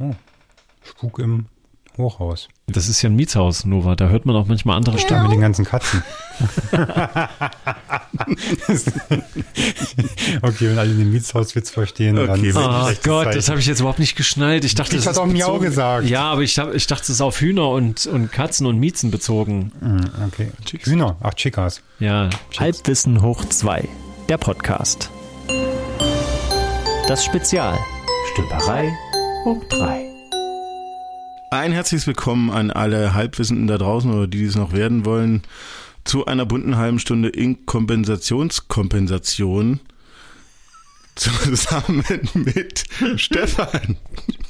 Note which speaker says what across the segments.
Speaker 1: Oh, Spuk im Hochhaus.
Speaker 2: Das ist ja ein Mietshaus, Nova. Da hört man auch manchmal andere
Speaker 1: Da
Speaker 2: Stimmen.
Speaker 1: mit den ganzen Katzen. okay, wenn alle den Mietshauswitz verstehen, dann
Speaker 3: Okay,
Speaker 1: ist
Speaker 3: wenn-
Speaker 1: das ein
Speaker 2: Ach
Speaker 1: schlechtes
Speaker 2: Oh Gott,
Speaker 1: Zeichen.
Speaker 2: das habe ich jetzt überhaupt nicht geschnallt. Ich dachte,
Speaker 1: Ah, Ich
Speaker 2: das
Speaker 1: hatte
Speaker 2: ist
Speaker 1: auch Miau
Speaker 2: bezogen-
Speaker 1: gesagt.
Speaker 2: Ja, aber ich, hab, ich dachte, es ist auf Hühner und, und Katzen und Miezen bezogen.
Speaker 1: Hm, okay. Hühner, ach Chicas.
Speaker 2: Ja.
Speaker 4: Halbwissen hoch 2, der Podcast. Das Spezial. Stümperei hoch 3.
Speaker 3: Ein herzliches Willkommen an alle Halbwissenden da draußen oder die, die es noch werden wollen, zu einer bunten halben Stunde in Kompensationskompensation zusammen mit Stefan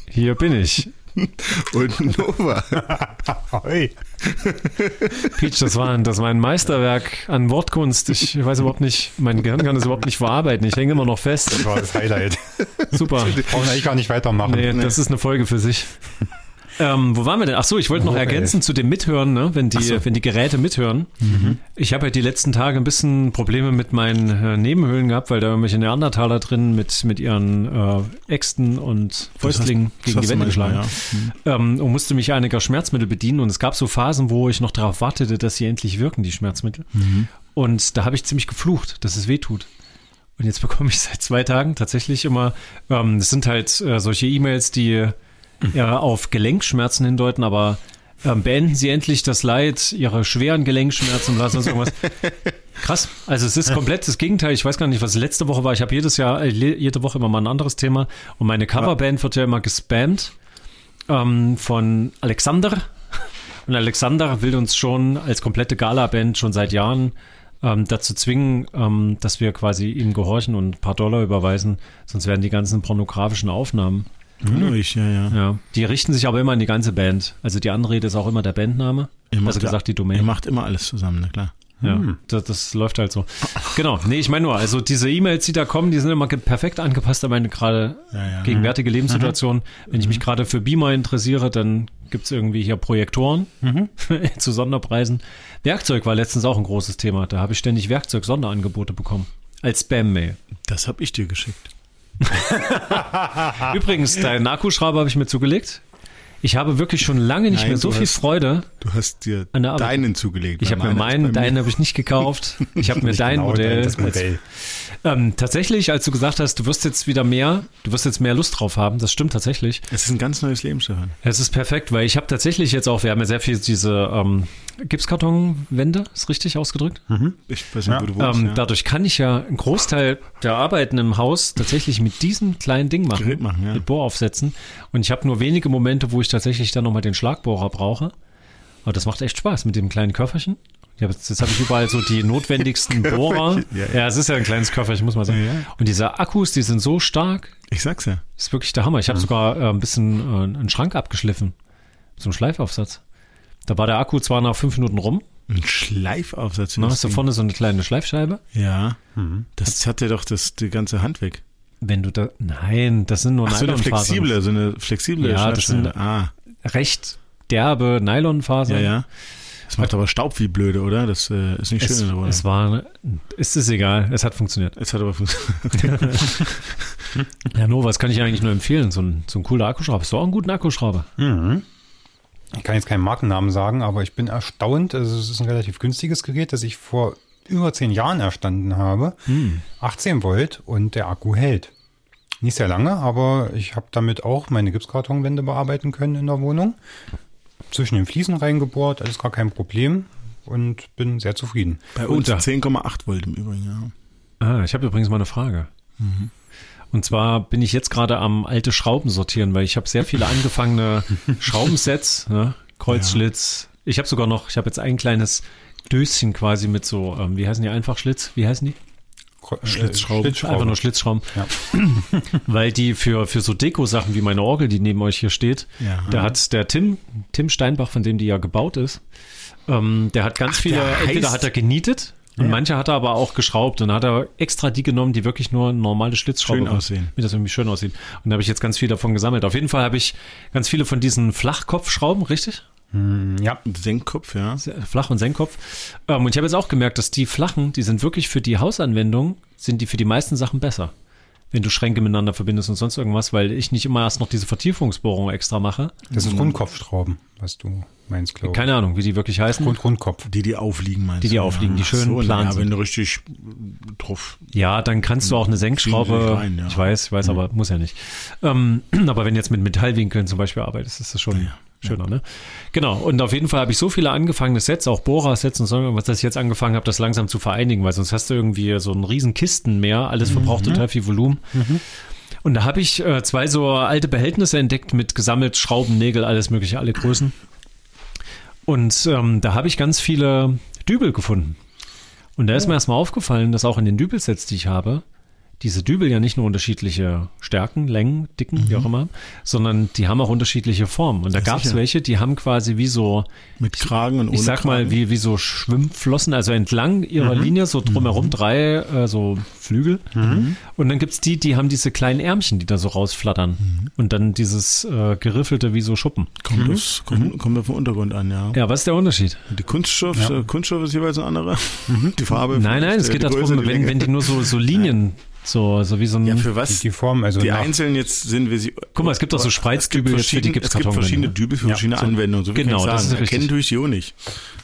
Speaker 2: Hier bin ich.
Speaker 3: und Nova.
Speaker 1: Ahoi.
Speaker 2: Peach, das war, ein, das war ein Meisterwerk an Wortkunst. Ich weiß überhaupt nicht, mein Gehirn kann das überhaupt nicht verarbeiten. Ich hänge immer noch fest.
Speaker 1: Das war das Highlight.
Speaker 2: Super.
Speaker 1: Brauchen wir eigentlich gar nicht weitermachen.
Speaker 2: Nee, das ist eine Folge für sich. Ähm, wo waren wir denn? Ach so, ich wollte noch
Speaker 1: Wo,
Speaker 2: ergänzen zu dem Mithören, ne? wenn, die, wenn die Geräte mithören. Ich habe ja die letzten Tage ein bisschen Probleme mit meinen äh, Nebenhöhlen gehabt, weil da irgendwelche Neandertaler drin mit, mit ihren äh, Äxten und Fäustlingen gegen die Wände geschlagen ähm, und musste mich einiger Schmerzmittel bedienen. Und es gab so Phasen, wo ich noch darauf wartete, dass sie endlich wirken, die Schmerzmittel. Und da habe ich ziemlich geflucht, dass es wehtut. Und jetzt bekomme ich seit zwei Tagen tatsächlich immer, ähm, es sind halt äh, solche E-Mails, die ja, auf Gelenkschmerzen hindeuten, aber ähm, beenden Sie endlich das Leid Ihrer schweren Gelenkschmerzen oder sonst irgendwas. Krass, also es ist komplett das Gegenteil. Ich weiß gar nicht, was letzte Woche war. Ich habe jedes Jahr, äh, le- jede Woche immer mal ein anderes Thema. Und meine Coverband wird ja immer gespammt ähm, von Alexander. Und Alexander will uns schon als komplette Gala-Band schon seit Jahren ähm, dazu zwingen, ähm, dass wir quasi ihm gehorchen und ein paar Dollar überweisen. Sonst werden die ganzen pornografischen Aufnahmen
Speaker 3: Ich, ja, ja.
Speaker 2: ja, die richten sich aber immer an die ganze Band. Also die Anrede ist auch immer der Bandname.
Speaker 3: Ihr macht
Speaker 2: also
Speaker 3: ja-
Speaker 2: gesagt die
Speaker 3: Ihr
Speaker 2: Domain.
Speaker 3: macht immer alles zusammen, na klar.
Speaker 2: Ja,
Speaker 3: Hm.
Speaker 2: das, das läuft halt so. Genau, nee, ich meine nur, also diese E-Mails, die da kommen, die sind immer ge- perfekt angepasst an meine gerade
Speaker 3: Ja, ja. Mhm.
Speaker 2: gegenwärtige Lebenssituation. Wenn ich mich gerade für Beamer interessiere, dann gibt's irgendwie hier Projektoren
Speaker 3: Mhm.
Speaker 2: zu Sonderpreisen. Werkzeug war letztens auch ein großes Thema. Da habe ich ständig Werkzeug-Sonderangebote bekommen. Als Spam-Mail.
Speaker 3: Das habe ich dir geschickt. Ah.
Speaker 2: Übrigens, deinen Akkuschrauber habe ich mir zugelegt. Ich habe wirklich schon lange nicht
Speaker 3: Nein,
Speaker 2: mehr so
Speaker 3: du
Speaker 2: viel
Speaker 3: hast-
Speaker 2: Freude
Speaker 3: Du hast dir
Speaker 2: An der Arbeit.
Speaker 3: deinen zugelegt.
Speaker 2: Ich
Speaker 3: weil
Speaker 2: habe mir
Speaker 3: meiner ist
Speaker 2: meinen,
Speaker 3: bei mir.
Speaker 2: deinen habe ich nicht gekauft. Ich habe mir dein
Speaker 1: Genau,
Speaker 2: Modell.
Speaker 1: Das Modell.
Speaker 2: Ähm, tatsächlich, als du gesagt hast, du wirst jetzt wieder mehr, du wirst jetzt mehr Lust drauf haben, das stimmt tatsächlich.
Speaker 3: Es ist ein ganz neues Leben, Stefan.
Speaker 2: Es ist perfekt, weil ich habe tatsächlich jetzt auch, wir haben ja sehr viel diese ähm, Gipskartonwände, ist richtig ausgedrückt.
Speaker 3: Ich weiß nicht, wo du wohnst.
Speaker 2: ähm,
Speaker 3: ja.
Speaker 2: Dadurch kann ich ja einen Großteil der Arbeiten im Haus tatsächlich mit diesem kleinen Ding machen.
Speaker 3: Gerät machen, ja.
Speaker 2: Mit Bohraufsätzen. Und ich habe nur wenige Momente, wo ich tatsächlich dann nochmal den Schlagbohrer brauche. Aber das macht echt Spaß mit dem kleinen Körperchen. Ja, jetzt jetzt habe ich überall so die notwendigsten Bohrer.
Speaker 3: Ja,
Speaker 2: Ja,
Speaker 3: ja.
Speaker 2: es ist ja ein kleines Körperchen, muss man sagen.
Speaker 3: Ja, ja.
Speaker 2: Und diese Akkus, die sind so stark.
Speaker 3: Ich sag's ja.
Speaker 2: Das ist wirklich der Hammer. Ich habe sogar äh, ein bisschen äh, einen Schrank abgeschliffen. So einen Schleifaufsatz. Da war der Akku zwar nach fünf Minuten rum.
Speaker 3: Ein Schleifaufsatz. in
Speaker 2: Dann
Speaker 3: das
Speaker 2: hast du
Speaker 3: Ding.
Speaker 2: vorne so eine kleine Schleifscheibe.
Speaker 3: Ja.
Speaker 2: Hm.
Speaker 3: Das hat ja doch das, die ganze Hand weg.
Speaker 2: Wenn du da. Nein, das sind nur
Speaker 3: Ach, so eine
Speaker 2: Nylonfasern.
Speaker 3: flexible, so eine flexible
Speaker 2: Ja, das
Speaker 3: Schleifschneide.
Speaker 2: sind-
Speaker 3: Ah,
Speaker 2: Recht derbe Nylonfasern.
Speaker 3: ja, ja. Das macht aber Staub wie blöde, oder? Das äh, ist nicht schön
Speaker 2: Es,
Speaker 3: in der Wohnung.
Speaker 2: es war, es ist egal, es hat funktioniert.
Speaker 3: Es hat aber funktioniert.
Speaker 2: Ja, Nova, das kann ich eigentlich nur empfehlen. So ein, so ein cooler Akkuschrauber. Hast du auch einen guten Akkuschrauber?
Speaker 3: Mhm.
Speaker 1: Ich kann jetzt keinen Markennamen sagen, aber ich bin erstaunt. Also es ist ein relativ günstiges Gerät, das ich vor über zehn Jahren erstanden habe. 18 Volt und der Akku hält. Nicht sehr lange, aber ich habe damit auch meine Gipskartonwände bearbeiten können in der Wohnung. Zwischen den Fliesen reingebohrt, alles gar kein Problem und bin sehr zufrieden.
Speaker 3: Bei uns
Speaker 2: da-
Speaker 3: 10,8 Volt im Übrigen, ja.
Speaker 2: Ah, ich habe übrigens mal eine Frage.
Speaker 3: Mhm.
Speaker 2: Und zwar bin ich jetzt gerade am alte Schrauben sortieren, weil ich habe sehr viele angefangene Schraubensets, ne? Kreuzschlitz. Ich habe sogar noch, ich habe jetzt ein kleines Döschen quasi mit so, ähm, wie heißen die Einfachschlitz? Wie heißen die?
Speaker 1: äh, Schlitzschrauben.
Speaker 2: Einfach nur Schlitzschrauben. Weil die für, für so Deko-Sachen wie meine Orgel, die neben euch hier steht,
Speaker 3: Ja.
Speaker 2: da hat der Tim, Tim Steinbach, von dem die ja gebaut ist, ähm, der hat ganz viele,
Speaker 3: der
Speaker 2: entweder
Speaker 3: heißt-
Speaker 2: hat er genietet und manche hat er aber auch geschraubt und hat er extra die genommen, die wirklich nur eine normale Schlitzschraube
Speaker 3: Schön
Speaker 2: waren,
Speaker 3: aussehen.
Speaker 2: Wie das irgendwie schön aussieht. Und da habe ich jetzt ganz viel davon gesammelt. Auf jeden Fall habe ich ganz viele von diesen Flachkopfschrauben, richtig?
Speaker 1: Ja,
Speaker 3: Senkkopf, ja.
Speaker 2: Flach- und Senkkopf. Ähm, und ich habe jetzt auch gemerkt, dass die flachen, die sind wirklich für die Hausanwendung, sind die für die meisten Sachen besser. wenn du Schränke miteinander verbindest und sonst irgendwas, weil ich nicht immer erst noch diese Vertiefungsbohrung extra mache.
Speaker 1: Das sind Rundkopfschrauben, was du meinst, glaube ich.
Speaker 2: Keine Ahnung, wie die wirklich heißen.
Speaker 1: Rund, Rundkopf.
Speaker 3: Die, die aufliegen, meinst
Speaker 2: Die, die
Speaker 3: du?
Speaker 2: aufliegen, die
Speaker 3: Ach
Speaker 2: schön
Speaker 3: so,
Speaker 2: plan
Speaker 3: naja,
Speaker 2: sind.
Speaker 3: wenn du richtig drauf.
Speaker 2: Ja, dann kannst du auch eine
Speaker 3: Ziehen
Speaker 2: Senkschraube.
Speaker 3: sie rein, ja. Mhm.
Speaker 2: Ich weiß, ich weiß, aber muss ja nicht. Ähm, aber wenn du jetzt mit Metallwinkeln zum Beispiel arbeitest, ist das schon schöner, ne? Genau. Und auf jeden Fall habe ich so viele angefangene Sets, auch Bohrer-Sets und so irgendwas, dass ich jetzt angefangen habe, das langsam zu vereinigen, weil sonst hast du irgendwie so einen riesen Kisten mehr. Alles
Speaker 3: Mhm.
Speaker 2: verbraucht total viel Volumen. Und da habe ich äh, zwei so alte Behältnisse entdeckt mit gesammelt Schrauben, Nägel, alles mögliche, alle Größen. Und ähm, da habe ich ganz viele Dübel gefunden. Und da ist mir erstmal aufgefallen, dass auch in den Dübelsets, die ich habe, diese Dübel ja nicht nur unterschiedliche Stärken, Längen, Dicken, wie auch immer, sondern die haben auch unterschiedliche Formen. Und da gab es
Speaker 3: Mhm. sicher.
Speaker 2: welche, die haben quasi wie so,
Speaker 3: Mit Kragen und ohne
Speaker 2: ich sag mal,
Speaker 3: Kragen.
Speaker 2: wie, wie so Schwimmflossen, also entlang
Speaker 3: Mhm.
Speaker 2: ihrer Linie, so drumherum drei äh, so Flügel.
Speaker 3: Mhm.
Speaker 2: Und dann gibt's die, die haben diese kleinen Ärmchen, die da so rausflattern.
Speaker 3: Mhm.
Speaker 2: Und dann dieses äh, geriffelte wie so Schuppen.
Speaker 3: Kommt, das, kommt, kommt auf den Untergrund an, ja.
Speaker 2: Mhm. Ja, was ist der Unterschied?
Speaker 3: Die Kunststoff, äh, Kunststoff ist jeweils eine andere. Die Farbe.
Speaker 2: Mhm. Nein, nein, es
Speaker 3: äh,
Speaker 2: geht
Speaker 3: die Größe,
Speaker 2: darum,
Speaker 3: die
Speaker 2: wenn,
Speaker 3: Länge.
Speaker 2: wenn die nur so, so Linien, so, so wie so ein
Speaker 3: Ja, für
Speaker 1: Die,
Speaker 3: was?
Speaker 1: die Form, also
Speaker 3: Die
Speaker 1: nach-
Speaker 3: einzelnen jetzt sind wir sie.
Speaker 2: Guck mal, es gibt doch so Spreizdübel
Speaker 3: es
Speaker 2: jetzt für die
Speaker 3: verschiedene- Es gibt
Speaker 2: Gipskartonwände,
Speaker 3: verschiedene
Speaker 2: ne?
Speaker 3: Dübel für
Speaker 1: Ja,
Speaker 3: verschiedene Anwendungen. So wie
Speaker 2: Genau,
Speaker 3: kann ich
Speaker 2: das
Speaker 3: sagen.
Speaker 2: ist richtig.
Speaker 3: Erkennen tue ich sie auch nicht.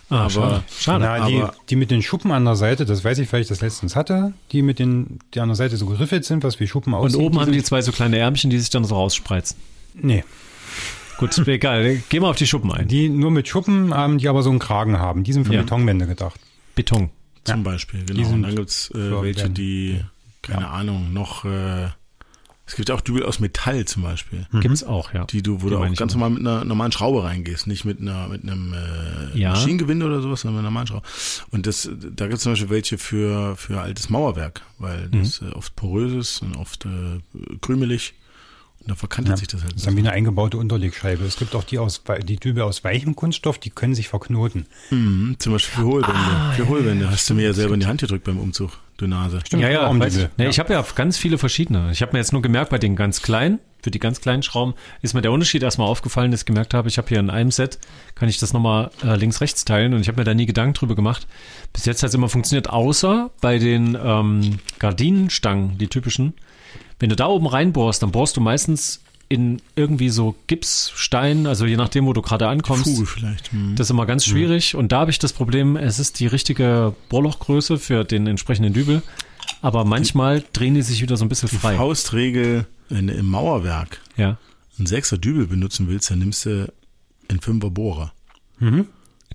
Speaker 2: Ah,
Speaker 3: aber-
Speaker 2: schade. schade.
Speaker 1: Na, die,
Speaker 3: aber-
Speaker 1: die mit den Schuppen an der Seite, das weiß ich, weil ich das letztens hatte, die mit den, die an der Seite so geriffelt sind, was wie Schuppen
Speaker 2: Und
Speaker 1: aussieht.
Speaker 2: oben haben die zwei so kleine Ärmchen, die sich dann so rausspreizen.
Speaker 1: Nee.
Speaker 2: Gut, egal. Geh mal auf die Schuppen ein.
Speaker 1: Die nur mit Schuppen haben, die aber so einen Kragen haben. Die sind für
Speaker 2: Ja.
Speaker 1: Betonwände gedacht.
Speaker 2: Beton.
Speaker 3: Zum Beispiel, genau.
Speaker 1: sind
Speaker 3: Und dann gibt's äh,
Speaker 1: für
Speaker 3: welche,
Speaker 1: Bären.
Speaker 3: die, keine Ahnung, noch. Äh, es gibt auch Dübel aus Metall zum Beispiel.
Speaker 2: Gibt's auch, ja.
Speaker 3: Mhm. Die du,
Speaker 2: Hm.
Speaker 3: wo
Speaker 2: Die
Speaker 3: du
Speaker 2: meine
Speaker 3: auch
Speaker 2: ich
Speaker 3: ganz
Speaker 2: immer.
Speaker 3: normal mit einer normalen Schraube reingehst, nicht mit einer mit einem äh,
Speaker 2: Ja.
Speaker 3: Maschinengewinde oder sowas, sondern mit einer normalen Schraube. Und das, da gibt es zum Beispiel welche für für altes Mauerwerk, weil
Speaker 2: Mhm.
Speaker 3: das äh, oft porös ist und oft äh, krümelig und da verkantet sich das halt.
Speaker 1: Das ist dann wie eine eingebaute Unterlegscheibe. Es gibt auch die aus, wei- die Dübel aus weichem Kunststoff, die können sich verknoten.
Speaker 3: Mhm, zum Beispiel für Hohlwände. für Hohlwände hast du mir ja selber in die Hand gedrückt beim Umzug, du Nase.
Speaker 1: Stimmt,
Speaker 2: ja, ja,
Speaker 1: Raumdübel.
Speaker 2: weiß ich. Ne,
Speaker 1: Ja.
Speaker 2: ich habe ja ganz viele verschiedene. Ich habe mir jetzt nur gemerkt, bei den ganz kleinen, für die ganz kleinen Schrauben, ist mir der Unterschied erstmal aufgefallen, dass ich gemerkt habe, ich habe hier in einem Set, kann ich das nochmal äh, links-rechts teilen und ich habe mir da nie Gedanken drüber gemacht. Bis jetzt hat es immer funktioniert, außer bei den ähm, Gardinenstangen, die typischen. Wenn du da oben reinbohrst, dann bohrst du meistens in irgendwie so Gips, Stein, also je nachdem, wo du gerade ankommst.
Speaker 3: Fuge vielleicht. Mhm.
Speaker 2: Das ist immer ganz schwierig und da habe ich das Problem, es ist die richtige Bohrlochgröße für den entsprechenden Dübel, aber manchmal drehen die sich wieder so ein bisschen frei.
Speaker 3: Faustregel, wenn du im Mauerwerk
Speaker 2: Ja.
Speaker 3: einen Sechser Dübel benutzen willst, dann nimmst du einen Fünfer Bohrer.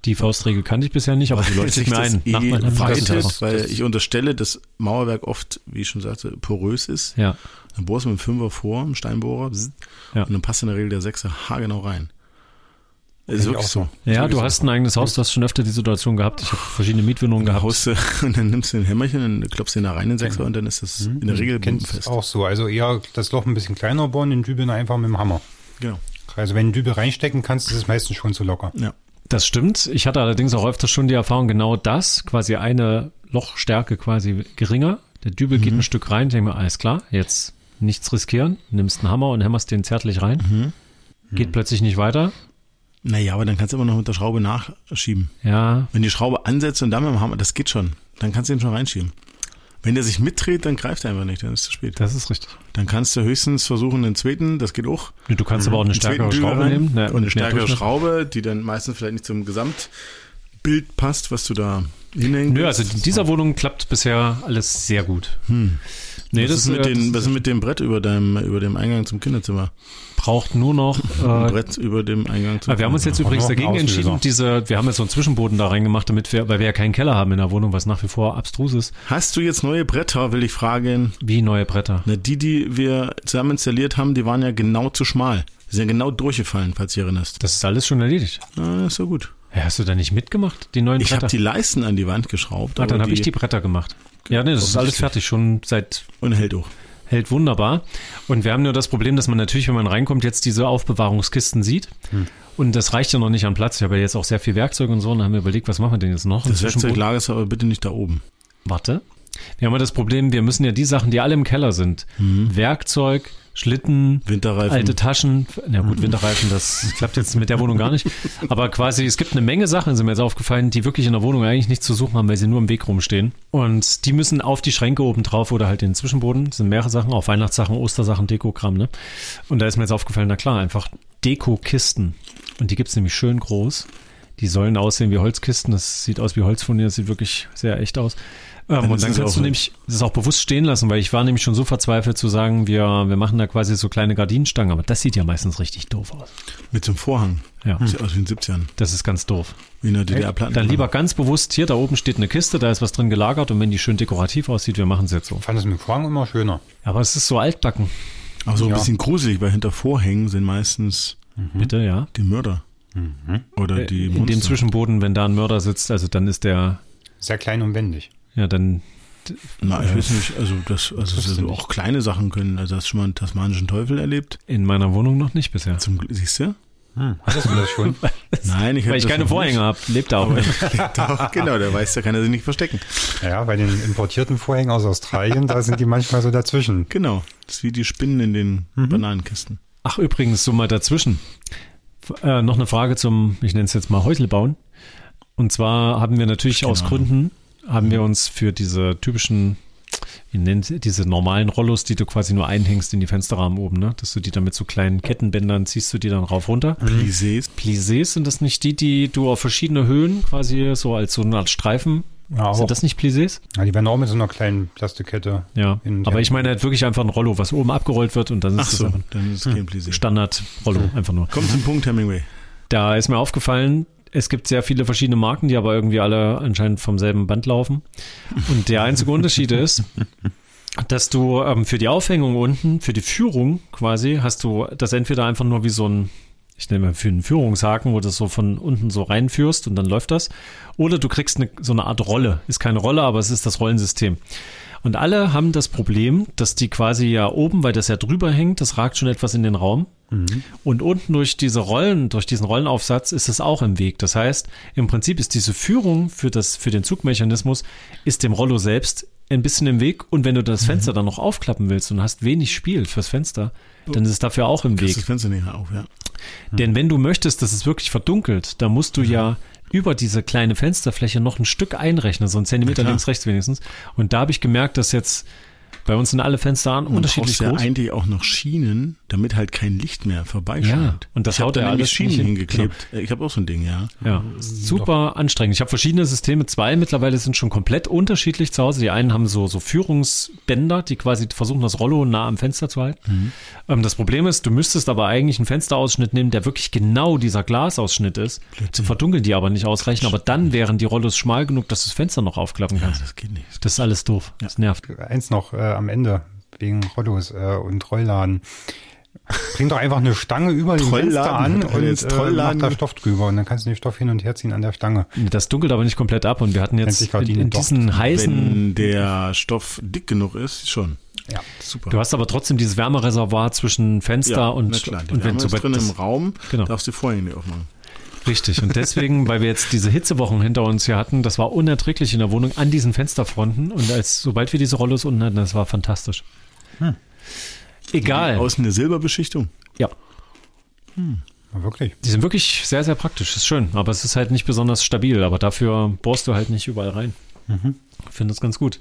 Speaker 2: Die Faustregel kannte ich bisher nicht, aber sie leuchtet
Speaker 3: sich
Speaker 2: mir
Speaker 3: das
Speaker 2: ein.
Speaker 3: eh
Speaker 2: Nach meiner
Speaker 3: weitet,
Speaker 2: Praxis-
Speaker 3: weil ich unterstelle, dass Mauerwerk oft, wie ich schon sagte, porös ist.
Speaker 2: Ja,
Speaker 3: Dann bohrst du mit dem Fünfer vor, einem Steinbohrer, bzz,
Speaker 2: Ja.
Speaker 3: und dann passt in der Regel der Sechser haargenau rein. Das ist
Speaker 1: ich
Speaker 3: wirklich
Speaker 1: auch
Speaker 3: so.
Speaker 2: ja du
Speaker 3: Wirklich
Speaker 2: hast ein eigenes Haus, du hast schon öfter die Situation gehabt. Ich habe verschiedene Mietwohnungen
Speaker 3: so. Dann
Speaker 2: gehabt.
Speaker 3: haust du und dann nimmst du ein Hämmerchen, dann klopfst du den da rein, den Sechser, und dann ist das in der Regel
Speaker 1: Kennst du
Speaker 3: bombenfest.
Speaker 1: auch so. Also eher das Loch ein bisschen kleiner bohren, den Dübel einfach mit dem Hammer.
Speaker 3: Genau.
Speaker 1: Also wenn du Dübel reinstecken kannst, ist es meistens schon zu locker.
Speaker 3: Ja.
Speaker 2: Das stimmt. Ich hatte allerdings auch öfter schon die Erfahrung, genau das, quasi eine Lochstärke quasi geringer. Der Dübel
Speaker 3: Mhm.
Speaker 2: geht ein Stück rein, ich denke mir, alles klar, jetzt nichts riskieren, nimmst einen Hammer und hämmerst den zärtlich rein.
Speaker 3: Mhm.
Speaker 2: Geht plötzlich nicht weiter.
Speaker 3: Naja, aber dann kannst du immer noch mit der Schraube nachschieben.
Speaker 2: Ja,
Speaker 3: Wenn die Schraube ansetzt und dann mit dem Hammer, das geht schon. Dann kannst du den schon reinschieben. Wenn der sich mitdreht, dann greift er einfach nicht, dann ist es zu spät.
Speaker 2: das ist richtig.
Speaker 3: Dann kannst du höchstens versuchen, den zweiten, das geht auch,
Speaker 2: Du kannst aber auch eine
Speaker 3: einen zweiten
Speaker 2: stärkere
Speaker 3: Dübel
Speaker 2: Schraube
Speaker 3: Mhm. rein
Speaker 2: nehmen. ne,
Speaker 3: und eine
Speaker 2: mehr
Speaker 3: stärkere
Speaker 2: Durchmesser.
Speaker 3: Schraube, die dann meistens vielleicht nicht zum Gesamtbild passt, was du da hinhängen
Speaker 2: Nö,
Speaker 3: willst.
Speaker 2: also in dieser Wohnung klappt bisher alles sehr gut. Nee,
Speaker 3: Hm. was, ist
Speaker 2: das,
Speaker 3: mit
Speaker 2: äh, das
Speaker 3: den, was ist mit dem Brett über deinem, über dem Eingang zum Kinderzimmer?
Speaker 2: braucht nur noch äh,
Speaker 3: Brett über dem Eingang zum
Speaker 2: Ah, wir haben uns jetzt
Speaker 1: Brauchen
Speaker 2: übrigens
Speaker 1: wir auch einen
Speaker 2: dagegen entschieden,
Speaker 1: Auslöser.
Speaker 2: diese, wir haben jetzt so einen Zwischenboden da reingemacht, damit wir, weil wir ja keinen Keller haben in der Wohnung, was nach wie vor abstrus ist,
Speaker 3: Hast du jetzt neue Bretter, will ich fragen?
Speaker 2: wie neue Bretter.
Speaker 3: Na, die, die wir zusammen installiert haben, die waren ja genau zu schmal. Die sind ja genau durchgefallen, falls du dich erinnerst.
Speaker 2: Das ist alles schon erledigt.
Speaker 3: Na, ist so gut.
Speaker 2: Ja, hast du da nicht mitgemacht, die neuen
Speaker 3: Ich
Speaker 2: Bretter?
Speaker 3: habe die Leisten an die Wand geschraubt.
Speaker 2: ah, dann
Speaker 3: aber
Speaker 2: habe ich die Bretter gemacht. Ja, nee, das ist alles fertig, schon seit
Speaker 3: Und hält auch.
Speaker 2: hält wunderbar. Und wir haben nur das Problem, dass man natürlich, wenn man reinkommt, jetzt diese Aufbewahrungskisten sieht. Und das reicht ja noch nicht an Platz. Ich habe ja jetzt auch sehr viel Werkzeug und so und haben wir überlegt, was machen wir denn jetzt noch?
Speaker 3: Das
Speaker 2: Inzwischen-
Speaker 3: Werkzeuglager ist aber bitte nicht da oben.
Speaker 2: Warte. Wir haben ja das Problem, wir müssen ja die Sachen, die alle im Keller sind, Werkzeug, Schlitten,
Speaker 3: Winterreifen.
Speaker 2: alte Taschen. Na gut, Winterreifen, das klappt jetzt mit der Wohnung gar nicht. Aber quasi, es gibt eine Menge Sachen, sind mir jetzt aufgefallen, die wirklich in der Wohnung eigentlich nichts zu suchen haben, weil sie nur im Weg rumstehen. Und die müssen auf die Schränke oben drauf oder halt in den Zwischenboden. Das sind mehrere Sachen, auch Weihnachtssachen, Ostersachen, Dekokram, ne? Und da ist mir jetzt aufgefallen, na klar, einfach Dekokisten. Und die gibt's nämlich schön groß. Die sollen aussehen wie Holzkisten. Das sieht aus wie Holzfurnier. Das sieht wirklich sehr echt aus. Ähm,
Speaker 3: Dann
Speaker 2: und
Speaker 3: ist
Speaker 2: dann
Speaker 3: es
Speaker 2: kannst
Speaker 3: auch
Speaker 2: du
Speaker 3: ein-
Speaker 2: nämlich das auch bewusst stehen lassen, weil ich war nämlich schon so verzweifelt zu sagen, wir, wir machen da quasi so kleine Gardinenstangen. Aber das sieht ja meistens richtig doof aus.
Speaker 3: Mit so einem Vorhang.
Speaker 2: Ja,
Speaker 3: Sieht aus wie in den 70ern.
Speaker 2: das ist ganz doof.
Speaker 3: Wie in der DDR-Platten.
Speaker 2: Dann lieber ganz bewusst, hier da oben steht eine Kiste, da ist was drin gelagert und wenn die schön dekorativ aussieht, wir machen es jetzt so.
Speaker 1: fand es mit Vorhang immer schöner.
Speaker 2: Aber es ist so altbacken.
Speaker 3: Aber so ein
Speaker 1: Ja.
Speaker 3: bisschen gruselig, weil hinter Vorhängen sind meistens
Speaker 2: Bitte, ja.
Speaker 3: die Mörder. Oder Mhm. die
Speaker 2: Mhm. Äh, In dem
Speaker 3: Monster.
Speaker 2: Zwischenboden, wenn da ein Mörder sitzt, also dann ist der,
Speaker 1: Sehr klein und wendig.
Speaker 2: ja, dann
Speaker 3: Na, ich weiß nicht, also das, also
Speaker 1: Das
Speaker 3: das
Speaker 1: sind
Speaker 3: also auch kleine Sachen können. Also hast du schon mal einen tasmanischen Teufel erlebt?
Speaker 2: in meiner Wohnung noch nicht bisher.
Speaker 3: Zum Gl- siehst du?
Speaker 1: Hattest du das schon?
Speaker 3: Nein, ich hab
Speaker 2: Weil ich
Speaker 3: das
Speaker 2: keine
Speaker 3: noch
Speaker 2: Vorhänge habe, lebt da auch nicht.
Speaker 3: nicht. Doch, genau, der weiß, da kann er sich nicht verstecken.
Speaker 1: ja, bei den importierten Vorhängen aus Australien, da sind die manchmal so dazwischen.
Speaker 3: Genau. Das ist wie die Spinnen in den
Speaker 2: Mhm.
Speaker 3: Bananenkisten.
Speaker 2: Ach, übrigens, so mal dazwischen. F- Äh, noch eine Frage zum, ich nenne es jetzt mal Häuselbauen. Und zwar haben wir natürlich aus Gründen, haben wir uns für diese typischen, wie nennt diese normalen Rollos, die du quasi nur einhängst in die Fensterrahmen oben, ne? dass du die dann mit so kleinen Kettenbändern ziehst du die dann rauf runter.
Speaker 3: Plissés.
Speaker 2: Plissés sind das nicht die, die du auf verschiedene Höhen quasi so als so eine Art Streifen.
Speaker 1: Ja, auch.
Speaker 2: Sind das nicht Plissés?
Speaker 1: Also Ja, die werden auch mit so einer kleinen Plastikkette.
Speaker 2: Ja.
Speaker 1: In-
Speaker 2: Aber ich meine halt wirklich einfach ein Rollo, was oben abgerollt wird und dann ist
Speaker 3: Ach
Speaker 2: das
Speaker 3: so,
Speaker 2: einfach ein
Speaker 3: dann ist es
Speaker 2: Hm.
Speaker 3: kein Plissé.
Speaker 2: Standard-Rollo, einfach nur.
Speaker 3: Kommt zum Punkt, Hemingway.
Speaker 2: Da ist mir aufgefallen, es gibt sehr viele verschiedene Marken, die aber irgendwie alle anscheinend vom selben Band laufen. Und der einzige Unterschied ist, dass du ähm, für die Aufhängung unten, für die Führung quasi, hast du das entweder einfach nur wie so ein, ich nenne mal für einen Führungshaken, wo du das so von unten so reinführst und dann läuft das. Oder du kriegst eine, so eine Art Rolle. Ist keine Rolle, aber es ist das Rollensystem. Und alle haben das Problem, dass die quasi ja oben, weil das ja drüber hängt, das ragt schon etwas in den Raum. Und unten durch diese Rollen, durch diesen Rollenaufsatz ist es auch im Weg. Das heißt, im Prinzip ist diese Führung für das, für den Zugmechanismus, ist dem Rollo selbst ein bisschen im Weg. Und wenn du das Fenster dann noch aufklappen willst und hast wenig Spiel fürs Fenster, dann ist es dafür auch im
Speaker 3: Kriegst
Speaker 2: Weg.
Speaker 3: das Fenster nicht auf, ja.
Speaker 2: Denn wenn du möchtest, dass es wirklich verdunkelt, dann musst du ja über diese kleine Fensterfläche noch ein Stück einrechnen, so ein Zentimeter
Speaker 3: klar.
Speaker 2: links, rechts wenigstens. Und da habe ich gemerkt, dass jetzt bei uns sind alle Fenster an,
Speaker 3: Und
Speaker 2: unterschiedlich
Speaker 3: brauchst ja
Speaker 2: groß.
Speaker 3: eigentlich auch noch Schienen, damit halt kein Licht mehr
Speaker 2: Ja,
Speaker 3: vorbeischeint.
Speaker 2: und das
Speaker 3: Ich habe
Speaker 2: haut
Speaker 3: da
Speaker 2: ja
Speaker 3: nämlich
Speaker 2: alles
Speaker 3: Schienen
Speaker 2: nicht hin. Genau.
Speaker 3: hingeklebt. Ich habe auch so ein Ding, ja.
Speaker 2: Ja, super anstrengend. Ich habe verschiedene Systeme. Zwei mittlerweile sind schon komplett unterschiedlich zu Hause. Die einen haben so, so Führungsbänder, die quasi versuchen, das Rollo nah am Fenster zu halten.
Speaker 3: Mhm.
Speaker 2: Ähm, das Problem ist, du müsstest aber eigentlich einen Fensterausschnitt nehmen, der wirklich genau dieser Glasausschnitt ist.
Speaker 3: Blödsinn.
Speaker 2: Verdunkeln die aber nicht ausreichend. Aber dann wären die Rollos schmal genug, dass du das Fenster noch aufklappen
Speaker 3: Ja,
Speaker 2: kannst.
Speaker 3: Ah, das geht nicht.
Speaker 2: Das ist alles doof. Das nervt.
Speaker 1: Eins noch äh, am Ende, wegen Rollos äh, und Rollladen. Bring doch einfach eine Stange über den
Speaker 3: Trollladen
Speaker 1: Fenster an
Speaker 3: hat er
Speaker 1: und
Speaker 3: jetzt
Speaker 1: äh, mach
Speaker 3: Trollladen
Speaker 1: da
Speaker 3: ge-
Speaker 1: Stoff drüber. Und dann kannst du den Stoff hin und her ziehen an der Stange.
Speaker 2: Das dunkelt aber nicht komplett ab. Und wir hatten jetzt
Speaker 1: Endlich
Speaker 2: in,
Speaker 1: Gardinen
Speaker 2: in
Speaker 1: doch.
Speaker 2: diesen heißen
Speaker 3: Wenn der Stoff dick genug ist, schon.
Speaker 1: Ja.
Speaker 3: Super.
Speaker 2: Du hast aber trotzdem dieses Wärmereservoir zwischen Fenster
Speaker 3: ja,
Speaker 2: und,
Speaker 3: na klar, die
Speaker 2: und wenn
Speaker 3: Wärme
Speaker 2: du
Speaker 3: ist drin im Raum,
Speaker 2: Genau.
Speaker 3: darfst du die Vorhänge nicht aufmachen.
Speaker 2: Richtig. Und deswegen, weil wir jetzt diese Hitzewochen hinter uns hier hatten, das war unerträglich in der Wohnung an diesen Fensterfronten. Und als sobald wir diese Rollos unten hatten, das war fantastisch. Egal.
Speaker 3: Außen eine Silberbeschichtung.
Speaker 2: Ja.
Speaker 1: Na, wirklich.
Speaker 2: Die sind wirklich sehr, sehr praktisch. Ist schön. Aber es ist halt nicht besonders stabil. Aber dafür bohrst du halt nicht überall rein. Ich finde das ganz gut.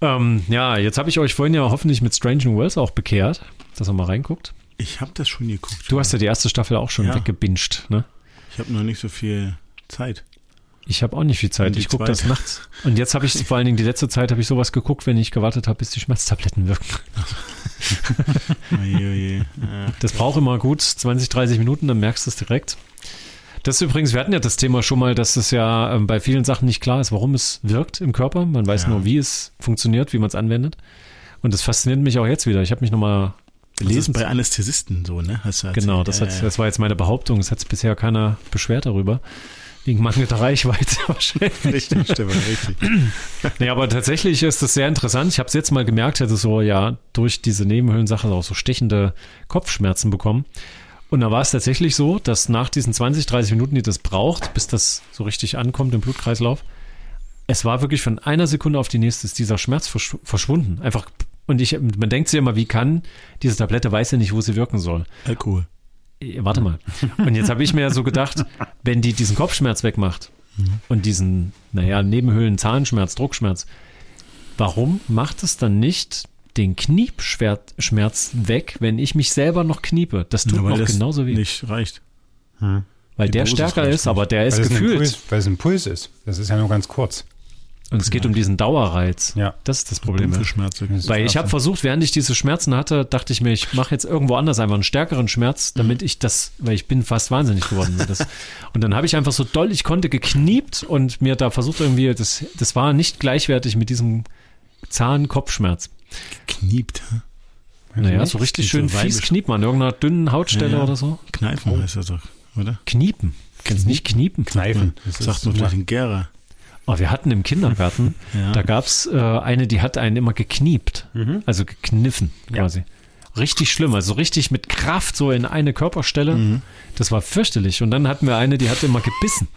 Speaker 2: Ähm, ja, jetzt habe ich euch vorhin ja hoffentlich mit Strange New Worlds auch bekehrt, dass ihr mal reinguckt.
Speaker 3: Ich habe das schon geguckt.
Speaker 2: Du hast ja die erste Staffel auch schon
Speaker 3: Ja.
Speaker 2: weggebinged, ne?
Speaker 3: Ich habe noch nicht so viel Zeit.
Speaker 2: Ich habe auch nicht viel Zeit.
Speaker 3: Und die
Speaker 2: Ich gucke das
Speaker 3: zweite.
Speaker 2: nachts. Und jetzt habe ich vor allen Dingen die letzte Zeit habe ich sowas geguckt, wenn ich gewartet habe, bis die Schmerztabletten wirken.
Speaker 3: Oje, oje. Ja.
Speaker 2: Das braucht immer gut 20, 30 Minuten, dann merkst du es direkt. Das übrigens, wir hatten ja das Thema schon mal, dass es ja ähm, bei vielen Sachen nicht klar ist, warum es wirkt im Körper. Man weiß
Speaker 3: Ja.
Speaker 2: nur, wie es funktioniert, wie man es anwendet. Und das fasziniert mich auch jetzt wieder. Ich habe mich nochmal
Speaker 3: Das Also ist
Speaker 2: gelesen.
Speaker 3: bei Anästhesisten so, ne? Hast du
Speaker 2: Genau,
Speaker 3: erzählt.
Speaker 2: das,
Speaker 3: Ja,
Speaker 2: hat,
Speaker 3: ja.
Speaker 2: das war jetzt meine Behauptung. Es hat sich bisher keiner beschwert darüber. Wegen mangelnder Reichweite wahrscheinlich.
Speaker 3: Richtig, Stefan, richtig.
Speaker 2: Nee, aber tatsächlich ist das sehr interessant. Ich habe es jetzt mal gemerkt, hätte so ja durch diese Nebenhöhlensache auch so stechende Kopfschmerzen bekommen. Und da war es tatsächlich so, dass nach diesen 20, 30 Minuten, die das braucht, bis das so richtig ankommt im Blutkreislauf, es war wirklich von einer Sekunde auf die nächste ist dieser Schmerz verschw- verschwunden. Einfach Und ich, man denkt sich immer, wie kann diese Tablette, weiß ja nicht, wo sie wirken soll.
Speaker 3: Alkohol.
Speaker 2: Äh, Warte mal. Und jetzt habe ich mir ja so gedacht, wenn die diesen Kopfschmerz wegmacht
Speaker 3: Mhm.
Speaker 2: und diesen, naja, Nebenhöhlen, Zahnschmerz, Druckschmerz, warum macht es dann nicht den Kniepschmerz weg, wenn ich mich selber noch kniepe? Das tut
Speaker 3: Ja, weil
Speaker 2: noch
Speaker 3: das
Speaker 2: genauso weh.
Speaker 3: nicht reicht.
Speaker 2: weil
Speaker 3: die
Speaker 2: der
Speaker 3: Dosis
Speaker 2: stärker
Speaker 3: reicht
Speaker 2: ist, aber der ist
Speaker 1: weil es ein
Speaker 2: gefühlt.
Speaker 1: Impuls, weil es ein Impuls ist. Das ist ja nur ganz kurz.
Speaker 2: Und es geht um diesen Dauerreiz.
Speaker 1: Ja.
Speaker 2: Das ist das Problem. ja.
Speaker 3: Für Schmerzen.
Speaker 1: Das ist
Speaker 2: Weil ich habe
Speaker 1: Wahnsinn.
Speaker 2: versucht, während ich diese Schmerzen hatte, dachte ich mir, ich mache jetzt irgendwo anders einfach einen stärkeren Schmerz, damit ich das, weil ich bin fast wahnsinnig geworden. mit Das. Und dann habe ich einfach so doll, ich konnte gekniept und mir da versucht irgendwie, das, das war nicht gleichwertig mit diesem Zahnkopfschmerz.
Speaker 3: Kniept. hä?
Speaker 2: Naja, so richtig
Speaker 3: Klingt
Speaker 2: schön
Speaker 3: so
Speaker 2: fies
Speaker 3: weibisch.
Speaker 2: kniepen an irgendeiner dünnen Hautstelle
Speaker 3: Ja, ja.
Speaker 2: oder so.
Speaker 3: Kneifen
Speaker 2: Oh.
Speaker 3: heißt das doch, oder?
Speaker 2: Kniepen. Kennst du nicht kniepen?
Speaker 1: Kneifen. Das
Speaker 3: Hm, Sagt
Speaker 1: ist-
Speaker 3: man vielleicht in Gera.
Speaker 2: Oh, wir hatten im Kindergarten,
Speaker 3: Ja. Mhm.
Speaker 2: da gab's äh, eine, die hat einen immer gekniept, also gekniffen quasi. Richtig schlimm, also richtig mit Kraft so in eine Körperstelle.
Speaker 3: Mhm.
Speaker 2: Das war fürchterlich. Und dann hatten wir eine, die hat immer gebissen.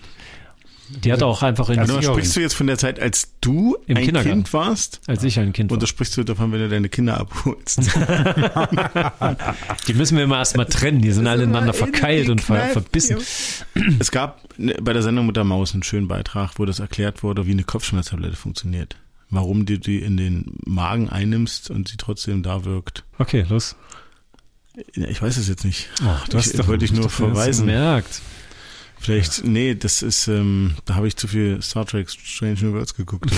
Speaker 2: Die hat auch einfach in,
Speaker 1: Also-
Speaker 3: Sag mal,
Speaker 1: Theorien.
Speaker 3: sprichst du jetzt von der Zeit, als du
Speaker 2: Im
Speaker 3: ein
Speaker 2: Kindergarten.
Speaker 3: Kind warst?
Speaker 2: als ich ein Kind war.
Speaker 3: Oder sprichst du davon, wenn du deine Kinder abholst?
Speaker 2: Die müssen wir immer erstmal trennen, die sind alle ineinander verkeilt und ver verbissen.
Speaker 3: es gab ne, bei der Sendung mit der Maus einen schönen Beitrag, wo das erklärt wurde, wie eine Kopfschmerztablette funktioniert. Warum du die in den Magen einnimmst und sie trotzdem da wirkt.
Speaker 2: Okay, los.
Speaker 3: Ja, Ich weiß es jetzt nicht.
Speaker 2: Ach,
Speaker 3: Ich- wollte ich nur verweisen.
Speaker 2: Merkt.
Speaker 3: Vielleicht, nee, das ist, ähm, da habe ich zu viel Star Trek Strange New Worlds geguckt.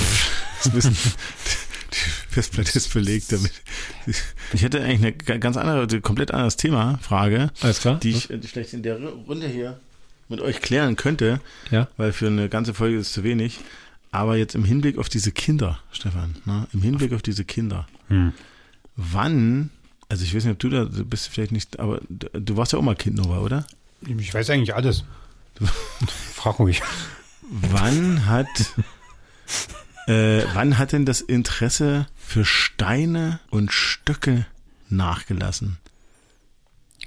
Speaker 3: Das Wissen, die Festplatte ist belegt damit. Ich hätte eigentlich eine ga- ganz andere, komplett anderes Thema, Frage,
Speaker 2: Alles klar?
Speaker 3: die ich äh, die vielleicht in der Ru- Runde hier mit euch klären könnte,
Speaker 2: ja.
Speaker 3: weil für eine ganze Folge ist zu wenig. Aber jetzt im Hinblick auf diese Kinder, Stefan, ne? im Hinblick auf diese Kinder,
Speaker 1: Hm.
Speaker 3: wann, also ich weiß nicht, ob du da du bist, vielleicht nicht, aber du, du warst ja auch mal Kind, Nova, oder?
Speaker 1: Ich weiß eigentlich alles. Frag ruhig.
Speaker 3: Wann hat, äh, wann hat denn das Interesse für Steine und Stöcke nachgelassen?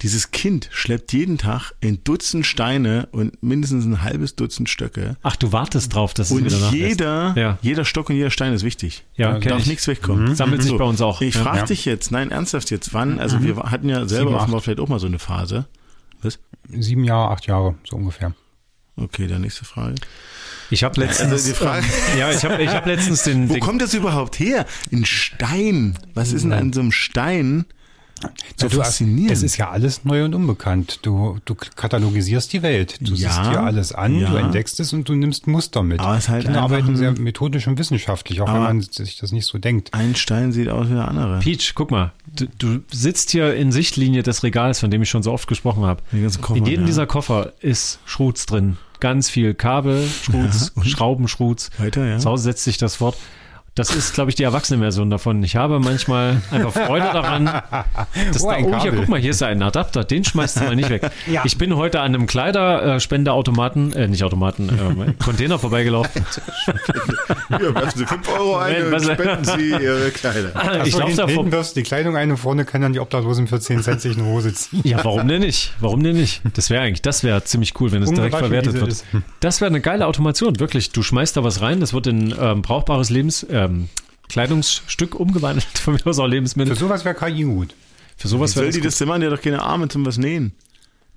Speaker 3: Dieses Kind schleppt jeden Tag ein Dutzend Steine und mindestens ein halbes Dutzend Stöcke.
Speaker 2: Ach, du wartest drauf, dass es
Speaker 3: Und
Speaker 2: wieder nachlässt.
Speaker 3: jeder,
Speaker 2: Ja.
Speaker 3: jeder Stock und jeder Stein ist wichtig.
Speaker 2: Ja,
Speaker 1: Ja,
Speaker 2: kenn
Speaker 3: Darf
Speaker 2: ich. Mhm.
Speaker 3: nichts wegkommen. Mhm.
Speaker 2: Sammelt sich bei uns auch.
Speaker 3: Ich
Speaker 2: Ja. Mhm.
Speaker 3: frage
Speaker 1: Ja.
Speaker 3: dich jetzt, nein, ernsthaft jetzt, wann, also wir hatten ja selber
Speaker 1: Sieben,
Speaker 3: offenbar vielleicht auch mal so eine Phase. Was?
Speaker 1: Sieben Jahre, acht Jahre, so ungefähr.
Speaker 3: Okay, dann nächste Frage.
Speaker 2: Ich habe letztens,
Speaker 3: Also die Frage,
Speaker 2: ja, ich habe ich hab letztens den,
Speaker 3: Wo
Speaker 2: den
Speaker 3: kommt das überhaupt her? Ein Stein. Was ist denn an so einem Stein so
Speaker 1: du,
Speaker 3: faszinierend?
Speaker 1: Es ist ja alles neu und unbekannt. Du, du katalogisierst die Welt. Du
Speaker 3: Ja,
Speaker 1: siehst dir alles an,
Speaker 3: ja.
Speaker 1: du entdeckst es und du nimmst Muster mit.
Speaker 3: Aber es ist halt
Speaker 1: Kinder
Speaker 3: einfach
Speaker 1: arbeiten
Speaker 3: ein-
Speaker 1: sehr methodisch und wissenschaftlich, auch wenn
Speaker 3: Aber-
Speaker 1: man sich das nicht so denkt.
Speaker 3: ein Stein sieht aus wie der andere.
Speaker 2: Peach, guck mal, du, du sitzt hier in Sichtlinie des Regals, von dem ich schon so oft gesprochen habe.
Speaker 3: Den ganzen Koffer,
Speaker 2: In jedem
Speaker 3: ja.
Speaker 2: dieser Koffer ist Schrutz drin. Ganz viel Kabel, Schrutz, Schraubenschrutz.
Speaker 3: Weiter, ja.
Speaker 2: Zu Hause setzt sich das fort. Das ist, glaube ich, die Erwachsene-Version davon. Ich habe manchmal einfach Freude daran, dass
Speaker 1: Oh,
Speaker 2: da,
Speaker 1: ein
Speaker 2: oh, hier,
Speaker 1: Kabel.
Speaker 2: guck mal, hier ist ja ein Adapter, den schmeißt du mal nicht weg.
Speaker 1: Ja.
Speaker 2: Ich bin heute an einem Kleiderspenderautomaten, äh, nicht Automaten, ähm, Container vorbeigelaufen.
Speaker 3: Ja, werfen Sie 5 Euro
Speaker 2: Moment, was-
Speaker 3: Sie Ihre Kleider.
Speaker 2: ich
Speaker 1: Achso,
Speaker 2: laufe
Speaker 1: hin-
Speaker 2: da vor,
Speaker 1: hinten wirfst du die Kleidung ein und vorne kann dann die Obdachlosen für 10 Cent sich eine Hose ziehen.
Speaker 2: Ja, warum denn nicht? Warum denn nicht? Das wäre eigentlich, das wäre ziemlich cool, wenn es direkt
Speaker 1: Ungewaschen,
Speaker 2: verwertet
Speaker 1: wie
Speaker 2: wird.
Speaker 1: sie
Speaker 2: Das wäre eine geile Automation, wirklich. Du schmeißt da was rein, das wird in ähm, brauchbares Lebens, ähm, Kleidungsstück umgewandelt, von mir aus auch
Speaker 1: Für
Speaker 2: Lebensmittel.
Speaker 1: sowas wäre KI gut.
Speaker 2: Für sowas wäre
Speaker 3: Soll
Speaker 2: das,
Speaker 3: die
Speaker 2: gut.
Speaker 3: das immer? Die hat doch keine Arme zum was nähen.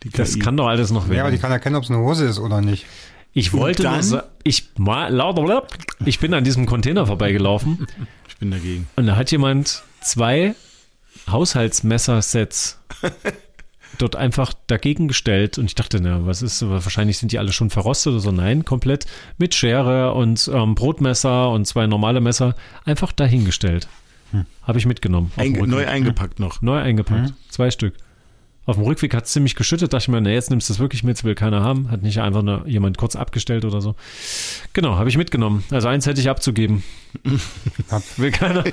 Speaker 3: Die
Speaker 2: das
Speaker 3: KI.
Speaker 2: kann doch alles noch
Speaker 1: Ja, aber die
Speaker 2: werden.
Speaker 1: kann erkennen, ob es eine Hose ist oder nicht.
Speaker 2: Ich wollte
Speaker 3: Und
Speaker 2: nur
Speaker 3: dann?
Speaker 2: sa- ich mal lauter, ich bin an diesem Container vorbeigelaufen
Speaker 3: Ich bin dagegen.
Speaker 2: und da hat jemand zwei Haushaltsmessersets dort einfach dagegen gestellt und ich dachte, na, was ist, wahrscheinlich sind die alle schon verrostet oder so. Nein, komplett mit Schere und ähm, Brotmesser und zwei normale Messer einfach dahingestellt. Habe ich mitgenommen. auf dem
Speaker 3: Einge
Speaker 2: Rückweg.
Speaker 3: neu eingepackt noch.
Speaker 2: neu eingepackt. Zwei Stück. Auf dem Rückweg hat es ziemlich geschüttet. Dachte ich mir, na, jetzt nimmst du das wirklich mit, will keiner haben. Hat nicht einfach nur jemand kurz abgestellt oder so. Genau, habe ich mitgenommen. Also eins hätte ich abzugeben.
Speaker 1: Hab-
Speaker 2: will keiner.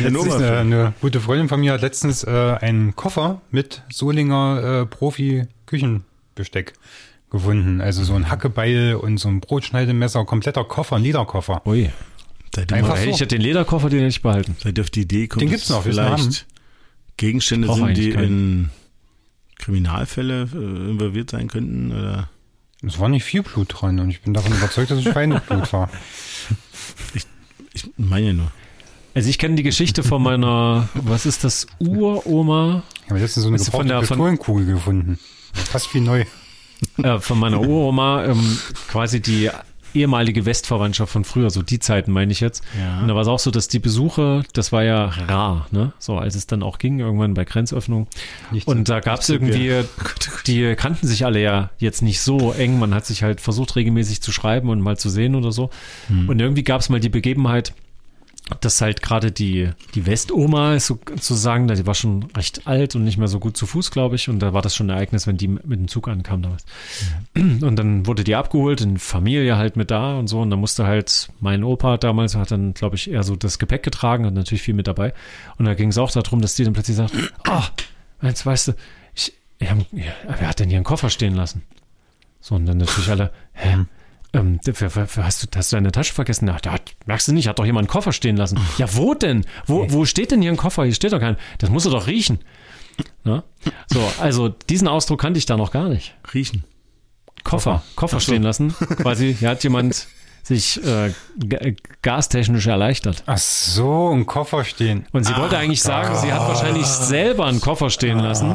Speaker 1: Letztens,
Speaker 3: Nummer.
Speaker 1: äh, eine gute Freundin von mir hat letztens äh, einen Koffer mit Solinger äh, Profi-Küchenbesteck gefunden. Also so ein Hackebeil und so ein Brotschneidemesser, kompletter Koffer, ein Lederkoffer.
Speaker 2: Ui.
Speaker 3: Seid ihr,
Speaker 1: Einfach
Speaker 3: mal,
Speaker 2: Hätte
Speaker 1: so.
Speaker 2: ich ja den Lederkoffer, den hätte ich behalten.
Speaker 3: seid ihr auf die Idee gekommen,
Speaker 1: Den
Speaker 3: dass
Speaker 1: gibt's noch, willst du
Speaker 3: vielleicht Gegenstände
Speaker 2: Ich brauch
Speaker 3: sind,
Speaker 2: eigentlich
Speaker 3: die
Speaker 2: keinen.
Speaker 3: in Kriminalfälle äh, involviert sein könnten? Oder?
Speaker 1: Es war nicht viel Blut dran und ich bin davon überzeugt, dass es Schweineblut war.
Speaker 3: Ich meine ja nur.
Speaker 2: Also ich kenne die Geschichte von meiner, was ist das, Uroma?
Speaker 1: Ich habe letztens so eine
Speaker 2: Hast du von
Speaker 1: gebrauchte
Speaker 2: der- von-
Speaker 1: Pistolenkugel gefunden. Fast wie neu.
Speaker 2: äh, von meiner Uroma, ähm, quasi die ehemalige Westverwandtschaft von früher, so die Zeiten meine ich jetzt.
Speaker 3: Ja.
Speaker 2: Und da war es auch so, dass die Besuche, das war ja rar, ne? So, als es dann auch ging, irgendwann bei Grenzöffnung.
Speaker 1: Nicht
Speaker 2: Und da gab es irgendwie, äh, die kannten sich alle ja jetzt nicht so eng. Man hat sich halt versucht, regelmäßig zu schreiben und mal zu sehen oder so. Und irgendwie gab es mal die Begebenheit, dass halt gerade die, die Westoma ist so- sozusagen, die war schon recht alt und nicht mehr so gut zu Fuß, glaube ich. Und da war das schon ein Ereignis, wenn die mit dem Zug ankam damals. Und dann wurde die abgeholt, in Familie halt mit da und so. Und dann musste halt mein Opa damals, hat dann, glaube ich, eher so das Gepäck getragen und natürlich viel mit dabei. Und da ging es auch darum, dass die dann plötzlich sagt, ah, jetzt weißt du, ich, ich hab, ja, wer hat denn hier einen Koffer stehen lassen? So, und dann natürlich alle, hä? Ähm, d- wer- wer- wer- hast, du, hast du deine Tasche vergessen? Na, da hat, merkst du nicht, hat doch jemand einen Koffer stehen lassen. Ja, wo denn? Wo, wo steht denn hier ein Koffer? Hier steht doch kein. Das musst du doch riechen. Na? So, also diesen Ausdruck kannte ich da noch gar nicht.
Speaker 3: Riechen.
Speaker 2: Koffer, Koffer stehen lassen. Quasi, hier hat jemand sich äh, ga- gastechnisch erleichtert.
Speaker 1: Ach so, ein Koffer stehen.
Speaker 2: Und sie
Speaker 3: Ah,
Speaker 2: wollte eigentlich sagen, sie hat wahrscheinlich selber einen Koffer stehen lassen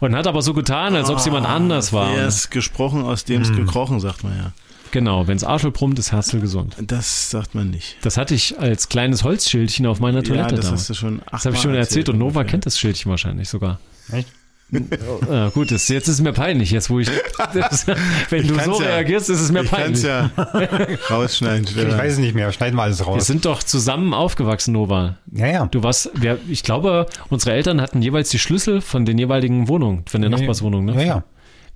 Speaker 2: und hat aber so getan, als ob es
Speaker 3: Ah,
Speaker 2: jemand anders war.
Speaker 3: Er ist gesprochen, aus
Speaker 2: Hm.
Speaker 3: dem es gekrochen, sagt man ja.
Speaker 2: Genau, wenn's Arschel brummt, ist Herzl gesund.
Speaker 3: Das sagt man nicht.
Speaker 2: Das hatte ich als kleines Holzschildchen auf meiner Toilette
Speaker 3: ja, das
Speaker 2: damals.
Speaker 3: hast du schon achtmal
Speaker 2: das habe ich schon erzählt und Nova
Speaker 3: ungefähr.
Speaker 2: kennt das Schildchen wahrscheinlich sogar.
Speaker 1: Echt?
Speaker 2: Ah, gut, das, jetzt ist es mir peinlich, jetzt wo ich. Das, wenn du so
Speaker 3: kann's ja.
Speaker 2: reagierst, ist es mir
Speaker 3: Ich kann's
Speaker 2: peinlich.
Speaker 3: ja rausschneiden.
Speaker 1: Ich
Speaker 2: Äh,
Speaker 3: Stefan.
Speaker 1: weiß es nicht mehr. Schneiden wir alles
Speaker 2: Wir
Speaker 1: raus.
Speaker 2: sind doch zusammen aufgewachsen, Nova.
Speaker 1: Ja, ja.
Speaker 2: Du warst, wir, ich glaube, unsere Eltern hatten jeweils die Schlüssel von den jeweiligen Wohnungen, von der Nachbarswohnung. Ne?
Speaker 1: Ja, ja.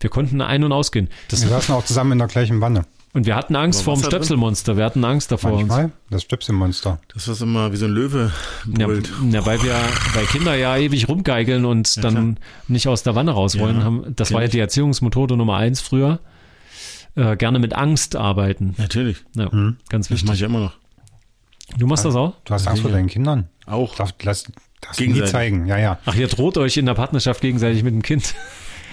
Speaker 2: Wir konnten ein- und ausgehen. Das,
Speaker 1: Wir saßen auch zusammen in der gleichen Wanne.
Speaker 2: und wir hatten Angst vor
Speaker 3: War
Speaker 2: dem
Speaker 3: Wasser drin?
Speaker 2: Stöpselmonster. Wir hatten Angst davor. uns.
Speaker 1: Manchmal. Das Stöpselmonster.
Speaker 3: Das was immer wie so ein Löwe
Speaker 2: Ja,
Speaker 3: brüllt.
Speaker 2: ja, weil wir bei Kinder ja ewig rumgeigeln und dann nicht aus der Wanne raus wollen.
Speaker 3: Ja,
Speaker 2: haben, das
Speaker 3: kenn
Speaker 2: war ja
Speaker 3: ich.
Speaker 2: die Erziehungsmethode Nummer eins früher. Äh, gerne mit Angst arbeiten.
Speaker 3: Natürlich.
Speaker 2: Ja,
Speaker 1: Mhm.
Speaker 2: Ganz
Speaker 3: Das mache ich
Speaker 2: wichtig.
Speaker 3: immer noch.
Speaker 2: Du machst das auch?
Speaker 1: Du hast Angst vor deinen Kindern.
Speaker 3: Auch.
Speaker 1: Darf, lass, darfst du nie
Speaker 3: Gegenseitig.
Speaker 1: zeigen. Ja, ja.
Speaker 2: Ach, ihr droht euch in der Partnerschaft gegenseitig mit dem Kind.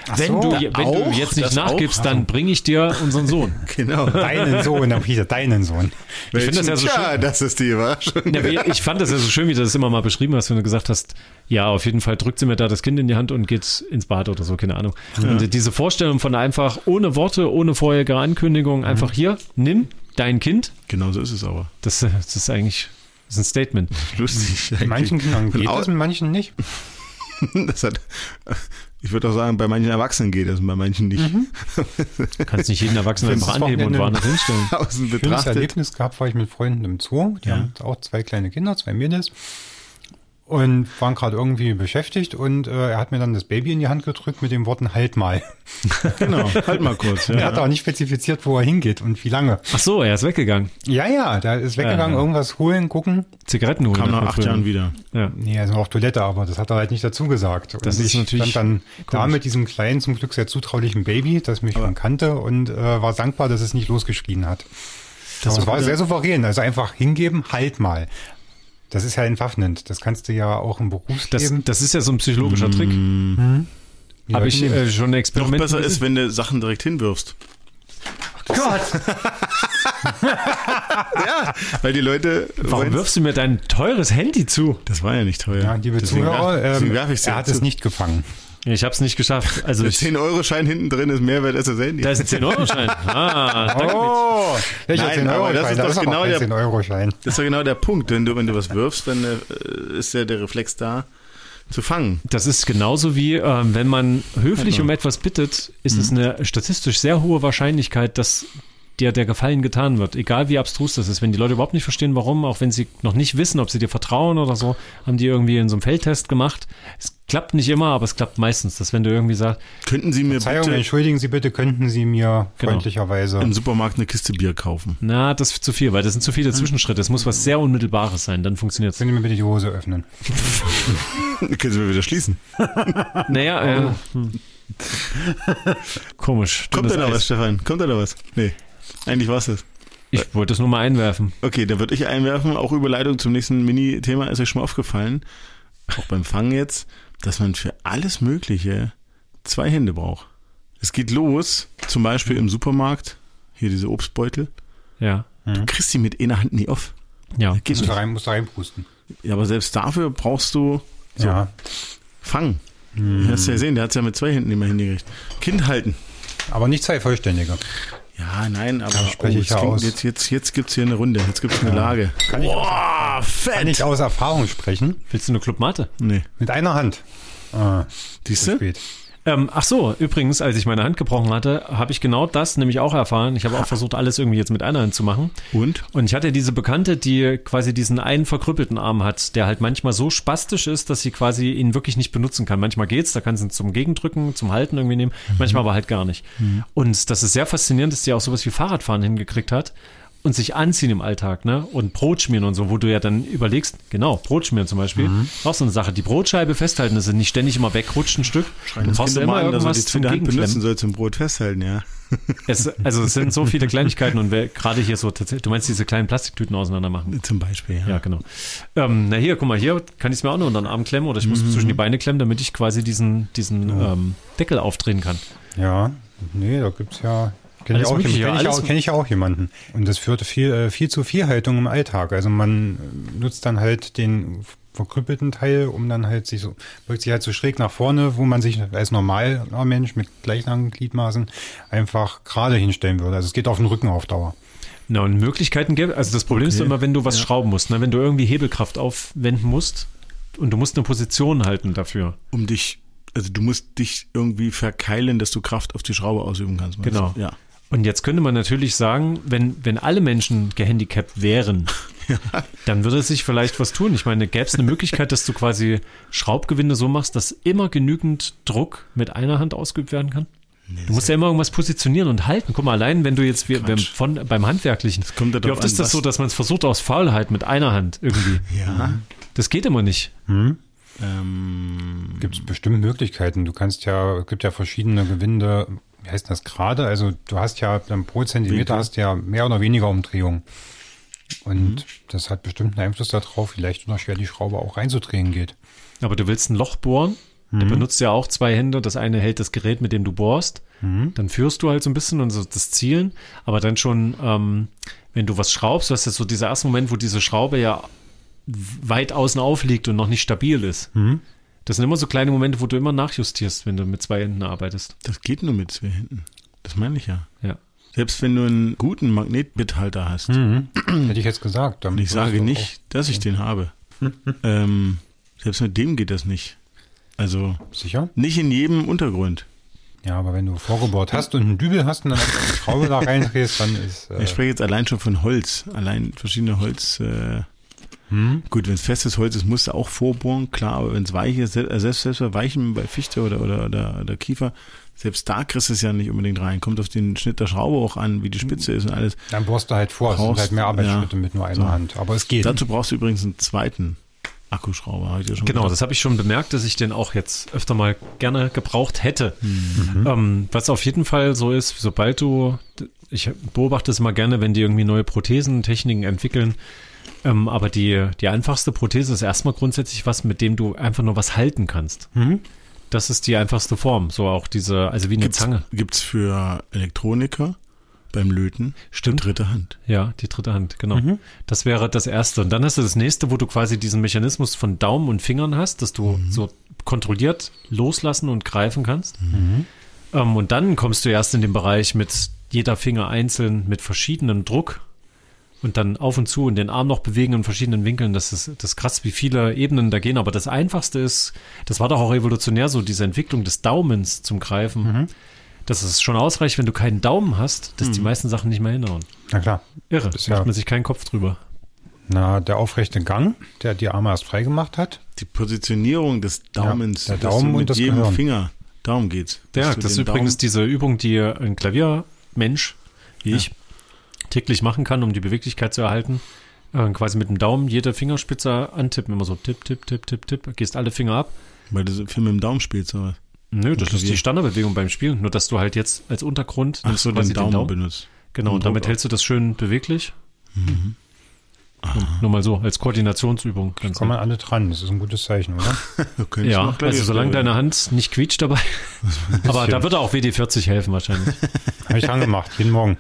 Speaker 1: Ach
Speaker 2: Wenn,
Speaker 1: so.
Speaker 2: du, je- wenn
Speaker 3: auch?
Speaker 2: du jetzt nicht
Speaker 3: Das auch?
Speaker 2: nachgibst, dann bringe ich dir unseren Sohn.
Speaker 3: Genau.
Speaker 1: Deinen Sohn, Herr Peter, deinen Sohn.
Speaker 3: Ich
Speaker 2: finde das ja so
Speaker 3: Tja, das ist die Überraschung.
Speaker 2: Ja, wie- ich fand das ja so schön, wie du das immer mal beschrieben hast, wenn du gesagt hast, ja, auf jeden Fall drückt sie mir da das Kind in die Hand und geht ins Bad oder so, keine Ahnung. Und diese Vorstellung von einfach ohne Worte, ohne vorherige Ankündigung, einfach hier, nimm dein Kind,
Speaker 3: Genau so ist es aber.
Speaker 2: das, äh, das ist eigentlich das ist ein Statement.
Speaker 3: Lustig. eigentlich.
Speaker 1: Manchen Kindern
Speaker 3: Von
Speaker 1: geht das,
Speaker 3: außen-
Speaker 1: und manchen nicht.
Speaker 3: Das hat, ich würde auch sagen, bei manchen Erwachsenen geht das und bei manchen nicht.
Speaker 1: Mhm.
Speaker 2: Du kannst nicht jeden Erwachsenen
Speaker 1: Findest
Speaker 2: einfach
Speaker 1: das
Speaker 2: anheben und
Speaker 1: Wochenende-
Speaker 2: woanders hinstellen.
Speaker 3: Außen
Speaker 1: Schönes
Speaker 3: betrachtet.
Speaker 1: Erlebnis gehabt, war ich mit Freunden im Zoo. Die
Speaker 3: Ja.
Speaker 1: haben auch zwei kleine Kinder, zwei Mädels. Und waren gerade irgendwie beschäftigt und äh, er hat mir dann das Baby in die Hand gedrückt mit den Worten halt mal.
Speaker 3: Genau. Halt mal kurz.
Speaker 1: Er hat
Speaker 3: Ja.
Speaker 1: auch nicht spezifiziert, wo er hingeht und wie lange.
Speaker 2: Ach so, er ist weggegangen.
Speaker 1: Ja, ja, da ist weggegangen,
Speaker 2: Ja, ja.
Speaker 1: irgendwas holen, gucken.
Speaker 2: Zigaretten holen.
Speaker 3: Kam
Speaker 2: hat
Speaker 3: nach
Speaker 2: man
Speaker 3: acht
Speaker 2: früher.
Speaker 3: Jahren wieder.
Speaker 2: Ja.
Speaker 1: Nee, also auf Toilette, aber das hat er halt nicht dazu gesagt. Und
Speaker 2: Das ist
Speaker 1: ich
Speaker 2: natürlich
Speaker 1: stand dann da
Speaker 2: komisch.
Speaker 1: mit diesem kleinen, zum Glück sehr zutraulichen Baby, das mich schon kannte und äh, war dankbar, dass es nicht losgeschrien hat. Das aber es war sehr souverän. Also einfach hingeben, halt mal. Das ist ja entwaffnend. Das kannst du ja auch im
Speaker 2: Das,
Speaker 1: Berufsleben.
Speaker 2: das ist ja so ein psychologischer Trick.
Speaker 1: mit
Speaker 2: Habe ich
Speaker 1: Leuten nehmen.
Speaker 2: äh, schon ein
Speaker 3: Noch
Speaker 2: Experiment.
Speaker 3: besser ist, wenn du Sachen direkt hinwirfst.
Speaker 1: Gott!
Speaker 3: Weil die Leute.
Speaker 2: Warum
Speaker 3: wollen's-
Speaker 2: wirfst du mir dein teures Handy zu?
Speaker 3: Das war ja nicht teuer.
Speaker 1: Ja, liebe
Speaker 3: Deswegen
Speaker 1: Zuhörer,
Speaker 3: werf- deswegen
Speaker 1: ähm,
Speaker 3: werf ich's
Speaker 1: er
Speaker 3: dir
Speaker 1: hat
Speaker 3: zu.
Speaker 1: es nicht gefangen.
Speaker 2: Ich habe es nicht geschafft. Also
Speaker 3: Der
Speaker 2: ich,
Speaker 3: 10-Euro-Schein hinten drin ist mehr wert als das Handy.
Speaker 2: Da ist ein 10-Euro-Schein. Ah, danke.
Speaker 1: Oh! Welcher
Speaker 3: Nein,
Speaker 1: 10
Speaker 3: aber
Speaker 1: euro
Speaker 3: das
Speaker 1: schein Das
Speaker 3: ist doch
Speaker 1: ist aber
Speaker 3: genau
Speaker 1: kein
Speaker 3: der-
Speaker 1: 10 euro schein
Speaker 3: Das ist ja genau der Punkt. Wenn du, wenn du was wirfst, dann äh, ist ja der Reflex da, zu fangen.
Speaker 2: Das ist genauso wie, ähm, wenn man höflich
Speaker 3: Genau.
Speaker 2: um etwas bittet, ist
Speaker 3: Mhm.
Speaker 2: es eine statistisch sehr hohe Wahrscheinlichkeit, dass dir der Gefallen getan wird. Egal wie abstrus das ist. Wenn die Leute überhaupt nicht verstehen, warum, auch wenn sie noch nicht wissen, ob sie dir vertrauen oder so, haben die irgendwie in so einem Feldtest gemacht. Es klappt nicht immer, aber es klappt meistens, dass wenn du irgendwie sagst,
Speaker 3: Könnten Sie mir
Speaker 1: Verzeihung,
Speaker 3: bitte
Speaker 1: entschuldigen Sie bitte, könnten Sie mir
Speaker 2: Genau.
Speaker 1: freundlicherweise.
Speaker 3: im Supermarkt eine Kiste Bier kaufen?
Speaker 2: na, das ist zu viel, weil das sind zu
Speaker 3: Hm.
Speaker 2: viele Zwischenschritte. Es muss was sehr Unmittelbares sein, dann funktioniert es.
Speaker 1: Können Sie mir bitte die Hose öffnen?
Speaker 3: Können Sie mir wieder schließen? Oh.
Speaker 2: Naja, äh, hm. komisch.
Speaker 3: Kommt da
Speaker 2: Dünnes
Speaker 3: noch
Speaker 2: Eis.
Speaker 3: was, Stefan? Kommt da noch was? Nee. Eigentlich war's das.
Speaker 2: Ich wollte es nur mal einwerfen.
Speaker 3: Okay, dann würde ich einwerfen, auch Überleitung zum nächsten Mini-Thema ist euch schon mal aufgefallen, auch beim Fangen jetzt, dass man für alles Mögliche zwei Hände braucht. Es geht los, zum Beispiel im Supermarkt, hier diese Obstbeutel,
Speaker 2: Ja.
Speaker 3: du kriegst die mit einer Hand nie auf.
Speaker 2: Ja.
Speaker 3: Geht
Speaker 1: Muss da
Speaker 3: nicht.
Speaker 1: rein, muss da reinpusten.
Speaker 3: Ja, aber selbst dafür brauchst du
Speaker 1: Ja.
Speaker 3: Fang.
Speaker 1: Hm.
Speaker 3: Hast du ja gesehen, der hat es ja mit zwei Händen immer hingekriegt. Kind halten.
Speaker 1: Aber nicht zwei vollständige.
Speaker 3: Ja, nein, aber oh,
Speaker 1: Da spreche ich
Speaker 3: es
Speaker 1: ja
Speaker 3: klingt-
Speaker 1: aus.
Speaker 3: jetzt, jetzt, jetzt gibt es hier eine Runde, jetzt gibt es eine Lage.
Speaker 1: Kann ich
Speaker 3: Boah,
Speaker 1: Kann
Speaker 3: fett!
Speaker 1: ich aus Erfahrung sprechen.
Speaker 2: Willst du eine Clubmate?
Speaker 3: Nee,
Speaker 1: Mit einer Hand. Ah,
Speaker 3: siehst
Speaker 1: zu
Speaker 3: du?
Speaker 1: spät.
Speaker 2: Ähm, ach so, übrigens, als ich meine Hand gebrochen hatte, habe ich genau das nämlich auch erfahren. Ich habe auch versucht, alles irgendwie jetzt mit einer Hand zu machen.
Speaker 3: Und?
Speaker 2: Und ich hatte diese Bekannte, die quasi diesen einen verkrüppelten Arm hat, der halt manchmal so spastisch ist, dass sie quasi ihn wirklich nicht benutzen kann. Manchmal geht's, da kann sie ihn zum Gegendrücken, zum Halten irgendwie nehmen,
Speaker 3: Mhm.
Speaker 2: manchmal aber halt gar nicht. Und das ist sehr faszinierend, dass sie auch sowas wie Fahrradfahren hingekriegt hat und sich anziehen im Alltag, ne? Und Brot schmieren und so, wo du ja dann überlegst, genau, Brot schmieren zum Beispiel,
Speaker 3: Mhm.
Speaker 2: auch so eine Sache, die Brotscheibe festhalten, dass sie nicht ständig immer wegrutscht ein Stück. Schreien
Speaker 3: Das Kind immer an, dass er die
Speaker 2: zum
Speaker 3: zweite Hand
Speaker 2: Gegenklemmen.
Speaker 3: benutzen soll zum Brot festhalten, ja.
Speaker 2: Es, also es sind so viele Kleinigkeiten und wer- gerade hier so tatsächlich, du meinst diese kleinen Plastiktüten auseinander machen.
Speaker 3: Zum Beispiel,
Speaker 2: Ja, genau. Ähm, na hier, guck mal, hier kann ich es mir auch nur unter den Arm klemmen oder ich muss zwischen die Beine klemmen, damit ich quasi diesen, diesen ähm, Deckel aufdrehen kann.
Speaker 1: Ja, nee, da gibt's ja. Kenne ich,
Speaker 2: Alles
Speaker 1: auch jemanden-
Speaker 2: Mögliche,
Speaker 1: kenn ich,
Speaker 2: alles-
Speaker 1: auch- kenn ich ja auch jemanden. Und das führte viel, äh, viel zu viel Haltung im Alltag. Also man äh, nutzt dann halt den verkrüppelten Teil, um dann halt sich so, beugt sich halt so schräg nach vorne, wo man sich als normaler Mensch mit gleich langen Gliedmaßen einfach gerade hinstellen würde. Also es geht auf den Rücken auf Dauer.
Speaker 2: Na, und Möglichkeiten gäbe Also das Problem ist
Speaker 3: Okay.
Speaker 2: immer, wenn du was schrauben musst, ne? wenn du irgendwie Hebelkraft aufwenden musst und du musst eine Position halten dafür.
Speaker 3: Um dich, also du musst dich irgendwie verkeilen, dass du Kraft auf die Schraube ausüben kannst. meinst
Speaker 2: Genau.
Speaker 3: du? Ja.
Speaker 2: Und jetzt könnte man natürlich sagen, wenn, wenn alle Menschen gehandicapt wären, dann würde sich vielleicht was tun. Ich meine, gäbe es eine Möglichkeit, dass du quasi Schraubgewinde so machst, dass immer genügend Druck mit einer Hand ausgeübt werden kann? Du musst ja immer irgendwas positionieren und halten. Guck mal, allein wenn du jetzt wir, wir,
Speaker 3: Quatsch.
Speaker 2: von, beim Handwerklichen,
Speaker 3: kommt ja
Speaker 2: wie
Speaker 3: drauf
Speaker 2: oft
Speaker 3: an,
Speaker 2: ist das
Speaker 3: was-
Speaker 2: so, dass man es versucht aus Faulheit mit einer Hand irgendwie?
Speaker 3: Ja.
Speaker 2: Das geht immer nicht.
Speaker 3: Ähm,
Speaker 1: Gibt es bestimmt Möglichkeiten. Du kannst ja, es gibt ja verschiedene Gewinde, wie heißt das gerade? Also du hast ja dann pro Zentimeter
Speaker 3: Winkel.
Speaker 1: hast ja mehr oder weniger Umdrehung. Und
Speaker 3: Mhm.
Speaker 1: das hat bestimmt einen Einfluss darauf, wie leicht oder schwer die Schraube auch reinzudrehen geht.
Speaker 2: Aber du willst ein Loch bohren, da benutzt du ja auch zwei Hände. Das eine hält das Gerät, mit dem du bohrst. Dann führst du halt so ein bisschen und so das Zielen. Aber dann schon, ähm, wenn du was schraubst, du hast jetzt so dieser erste Moment, wo diese Schraube ja weit außen aufliegt und noch nicht stabil ist. Das sind immer so kleine Momente, wo du immer nachjustierst, wenn du mit zwei Händen arbeitest.
Speaker 3: das geht nur mit zwei Händen. Das meine ich ja.
Speaker 2: Ja.
Speaker 3: Selbst wenn du einen guten Magnetbithalter hast,
Speaker 1: Hätte ich jetzt gesagt.
Speaker 3: und Mhm. ich sage nicht, dass ich den habe, ähm, selbst mit dem geht das nicht. Also
Speaker 1: Sicher?
Speaker 3: nicht in jedem Untergrund.
Speaker 1: Ja, aber wenn du vorgebohrt hast und einen Dübel hast und dann einfach die Schraube da reindrehst, dann ist. Äh,
Speaker 3: Ich spreche jetzt allein schon von Holz. Allein verschiedene Holz. Äh,
Speaker 2: Hm?
Speaker 3: Gut, wenn es festes Holz ist, musst du auch vorbohren, klar. Aber wenn es weich ist, se- äh, selbst, selbst bei Weichen, bei Fichte oder, oder, oder, oder Kiefer, selbst da kriegst du es ja nicht unbedingt rein. Kommt auf den Schnitt der Schraube auch an, wie die Spitze ist und alles.
Speaker 1: dann bohrst du halt vor. Es sind
Speaker 3: Brauchst-
Speaker 1: halt mehr Arbeitsschritte
Speaker 3: ja.
Speaker 1: mit nur einer
Speaker 3: So.
Speaker 1: Hand. Aber es geht.
Speaker 3: Dazu brauchst du übrigens einen zweiten Akkuschrauber. Hab ich dir schon
Speaker 2: Genau,
Speaker 3: gesagt.
Speaker 2: das habe ich schon bemerkt, dass ich den auch jetzt öfter mal gerne gebraucht hätte. Ähm, was auf jeden Fall so ist, sobald du, ich beobachte es mal gerne, wenn die irgendwie neue Prothesen, Techniken entwickeln, ähm, aber die, die einfachste Prothese ist erstmal grundsätzlich was, mit dem du einfach nur was halten kannst. Das ist die einfachste Form, so auch diese, also wie eine
Speaker 3: Gibt's,
Speaker 2: Zange.
Speaker 3: gibt's für Elektroniker beim Löten
Speaker 2: Stimmt.
Speaker 3: dritte Hand.
Speaker 2: Ja, die dritte Hand, genau. Das wäre das erste. Und dann hast du das nächste, wo du quasi diesen Mechanismus von Daumen und Fingern hast, dass du so kontrolliert loslassen und greifen kannst. Ähm, und dann kommst du erst in den Bereich mit jeder Finger einzeln, mit verschiedenem Druck und dann auf und zu und den Arm noch bewegen in verschiedenen Winkeln. Das ist, das ist krass, wie viele Ebenen da gehen. Aber das Einfachste ist, das war doch auch evolutionär so, diese Entwicklung des Daumens zum Greifen. Das ist schon ausreichend, wenn du keinen Daumen hast, dass die meisten Sachen nicht mehr hinhauen.
Speaker 1: Na klar.
Speaker 2: Irre,
Speaker 1: Ist
Speaker 2: macht
Speaker 1: ja-
Speaker 2: man sich keinen Kopf drüber.
Speaker 1: Na, der aufrechte Gang, der die Arme erst frei gemacht hat,
Speaker 3: Die Positionierung des Daumens.
Speaker 1: der
Speaker 3: dass du
Speaker 1: Daumen
Speaker 3: mit
Speaker 1: und das
Speaker 3: jedem
Speaker 1: Gehirn.
Speaker 3: Finger. Darum geht's.
Speaker 2: Ja,
Speaker 3: Dass du
Speaker 2: das ist
Speaker 3: den
Speaker 2: übrigens
Speaker 3: Daumen-
Speaker 2: diese Übung, die ein Klaviermensch, wie ich, täglich machen kann, um die Beweglichkeit zu erhalten. Äh, quasi mit dem Daumen jede Fingerspitze antippen, immer so tipp, tipp, tipp, tipp, tipp, gehst alle Finger ab.
Speaker 3: Weil du so viel mit dem Daumen spielst, aber
Speaker 2: Nö, das ist
Speaker 3: Klavier.
Speaker 2: die Standardbewegung beim Spielen, nur dass du halt jetzt als Untergrund
Speaker 3: Ach
Speaker 2: nimmst
Speaker 3: so,
Speaker 2: du quasi
Speaker 3: den Daumen, benutzt.
Speaker 2: Genau, und Mhm.
Speaker 3: Druck
Speaker 2: damit
Speaker 3: auf.
Speaker 2: hältst du das schön beweglich. Nur- Nur mal so, als Koordinationsübung. Ganz
Speaker 1: kommen alle dran. Das ist ein gutes Zeichen, oder?
Speaker 3: Du könntest
Speaker 2: ja,
Speaker 3: noch Klavier
Speaker 2: also solange
Speaker 3: spielen.
Speaker 2: deine Hand nicht quietscht dabei. Aber da wird auch WD-40 helfen wahrscheinlich.
Speaker 1: Habe ich angemacht, jeden Morgen.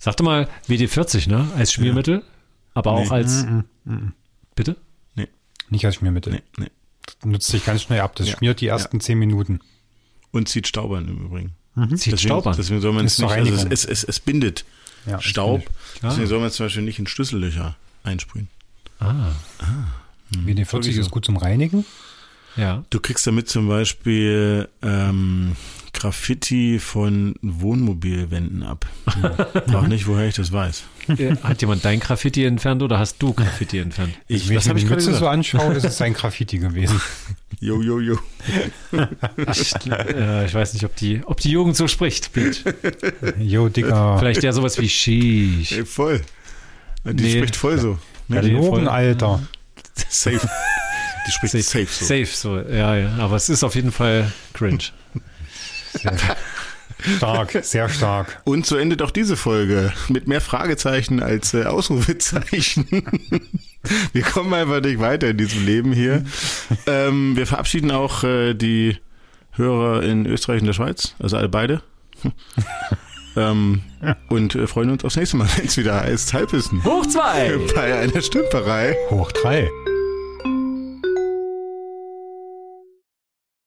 Speaker 2: Sag doch
Speaker 3: Mm,
Speaker 2: mal WD-40, ne? Als Schmiermittel, aber auch
Speaker 3: Nee.
Speaker 2: als. Bitte?
Speaker 3: Nee.
Speaker 1: Nicht als Schmiermittel.
Speaker 3: Nee, nee.
Speaker 1: Nutzt sich ganz schnell ab. Das
Speaker 3: Ja.
Speaker 1: schmiert die ersten zehn Minuten.
Speaker 3: Und zieht Staub an im Übrigen.
Speaker 2: Zieht
Speaker 3: Mhm. Deswegen-
Speaker 2: Staub an.
Speaker 3: Deswegen soll man es
Speaker 1: Ist doch
Speaker 3: nicht, also es,
Speaker 1: Reinigung.
Speaker 3: es, es, es bindet
Speaker 1: Ja,
Speaker 3: Staub. Deswegen soll man zum Beispiel nicht in Schlüssellöcher einsprühen.
Speaker 2: Ah,
Speaker 1: WD-40 ist gut zum Reinigen.
Speaker 2: ja.
Speaker 3: Du kriegst damit zum Beispiel ähm, Graffiti von Wohnmobilwänden ab. Frag nicht, woher ich das weiß.
Speaker 2: Äh, Hat jemand dein Graffiti entfernt oder hast du Graffiti entfernt?
Speaker 3: Ich,
Speaker 1: Wenn ich
Speaker 3: das
Speaker 1: mir
Speaker 3: habe
Speaker 1: die
Speaker 3: ich gerade
Speaker 1: Mütze so
Speaker 3: gesagt.
Speaker 1: anschaue, ist es ein Graffiti gewesen.
Speaker 3: Jo, jo, jo.
Speaker 2: Ich, äh, ich weiß nicht, ob die, ob die Jugend so spricht. Bild.
Speaker 1: Jo, Digga.
Speaker 2: Vielleicht ja sowas wie Sheesh.
Speaker 3: Ey, voll. Die
Speaker 2: Nee.
Speaker 3: spricht voll so.
Speaker 2: die
Speaker 1: Verloren,
Speaker 2: voll-
Speaker 1: Alter.
Speaker 3: Safe. Die spricht safe, so.
Speaker 2: Safe so, ja, ja. Aber es ist auf jeden Fall cringe.
Speaker 1: Stark, sehr stark.
Speaker 3: Und so endet auch diese Folge mit mehr Fragezeichen als äh, Ausrufezeichen. wir kommen einfach nicht weiter in diesem Leben hier. Ähm, wir verabschieden auch äh, die Hörer in Österreich und der Schweiz, also alle beide. ähm, und äh, freuen uns aufs nächste Mal, wenn es wieder heißt Halbwissen
Speaker 2: Hoch zwei!
Speaker 3: bei einer Stümperei.
Speaker 1: Hoch drei.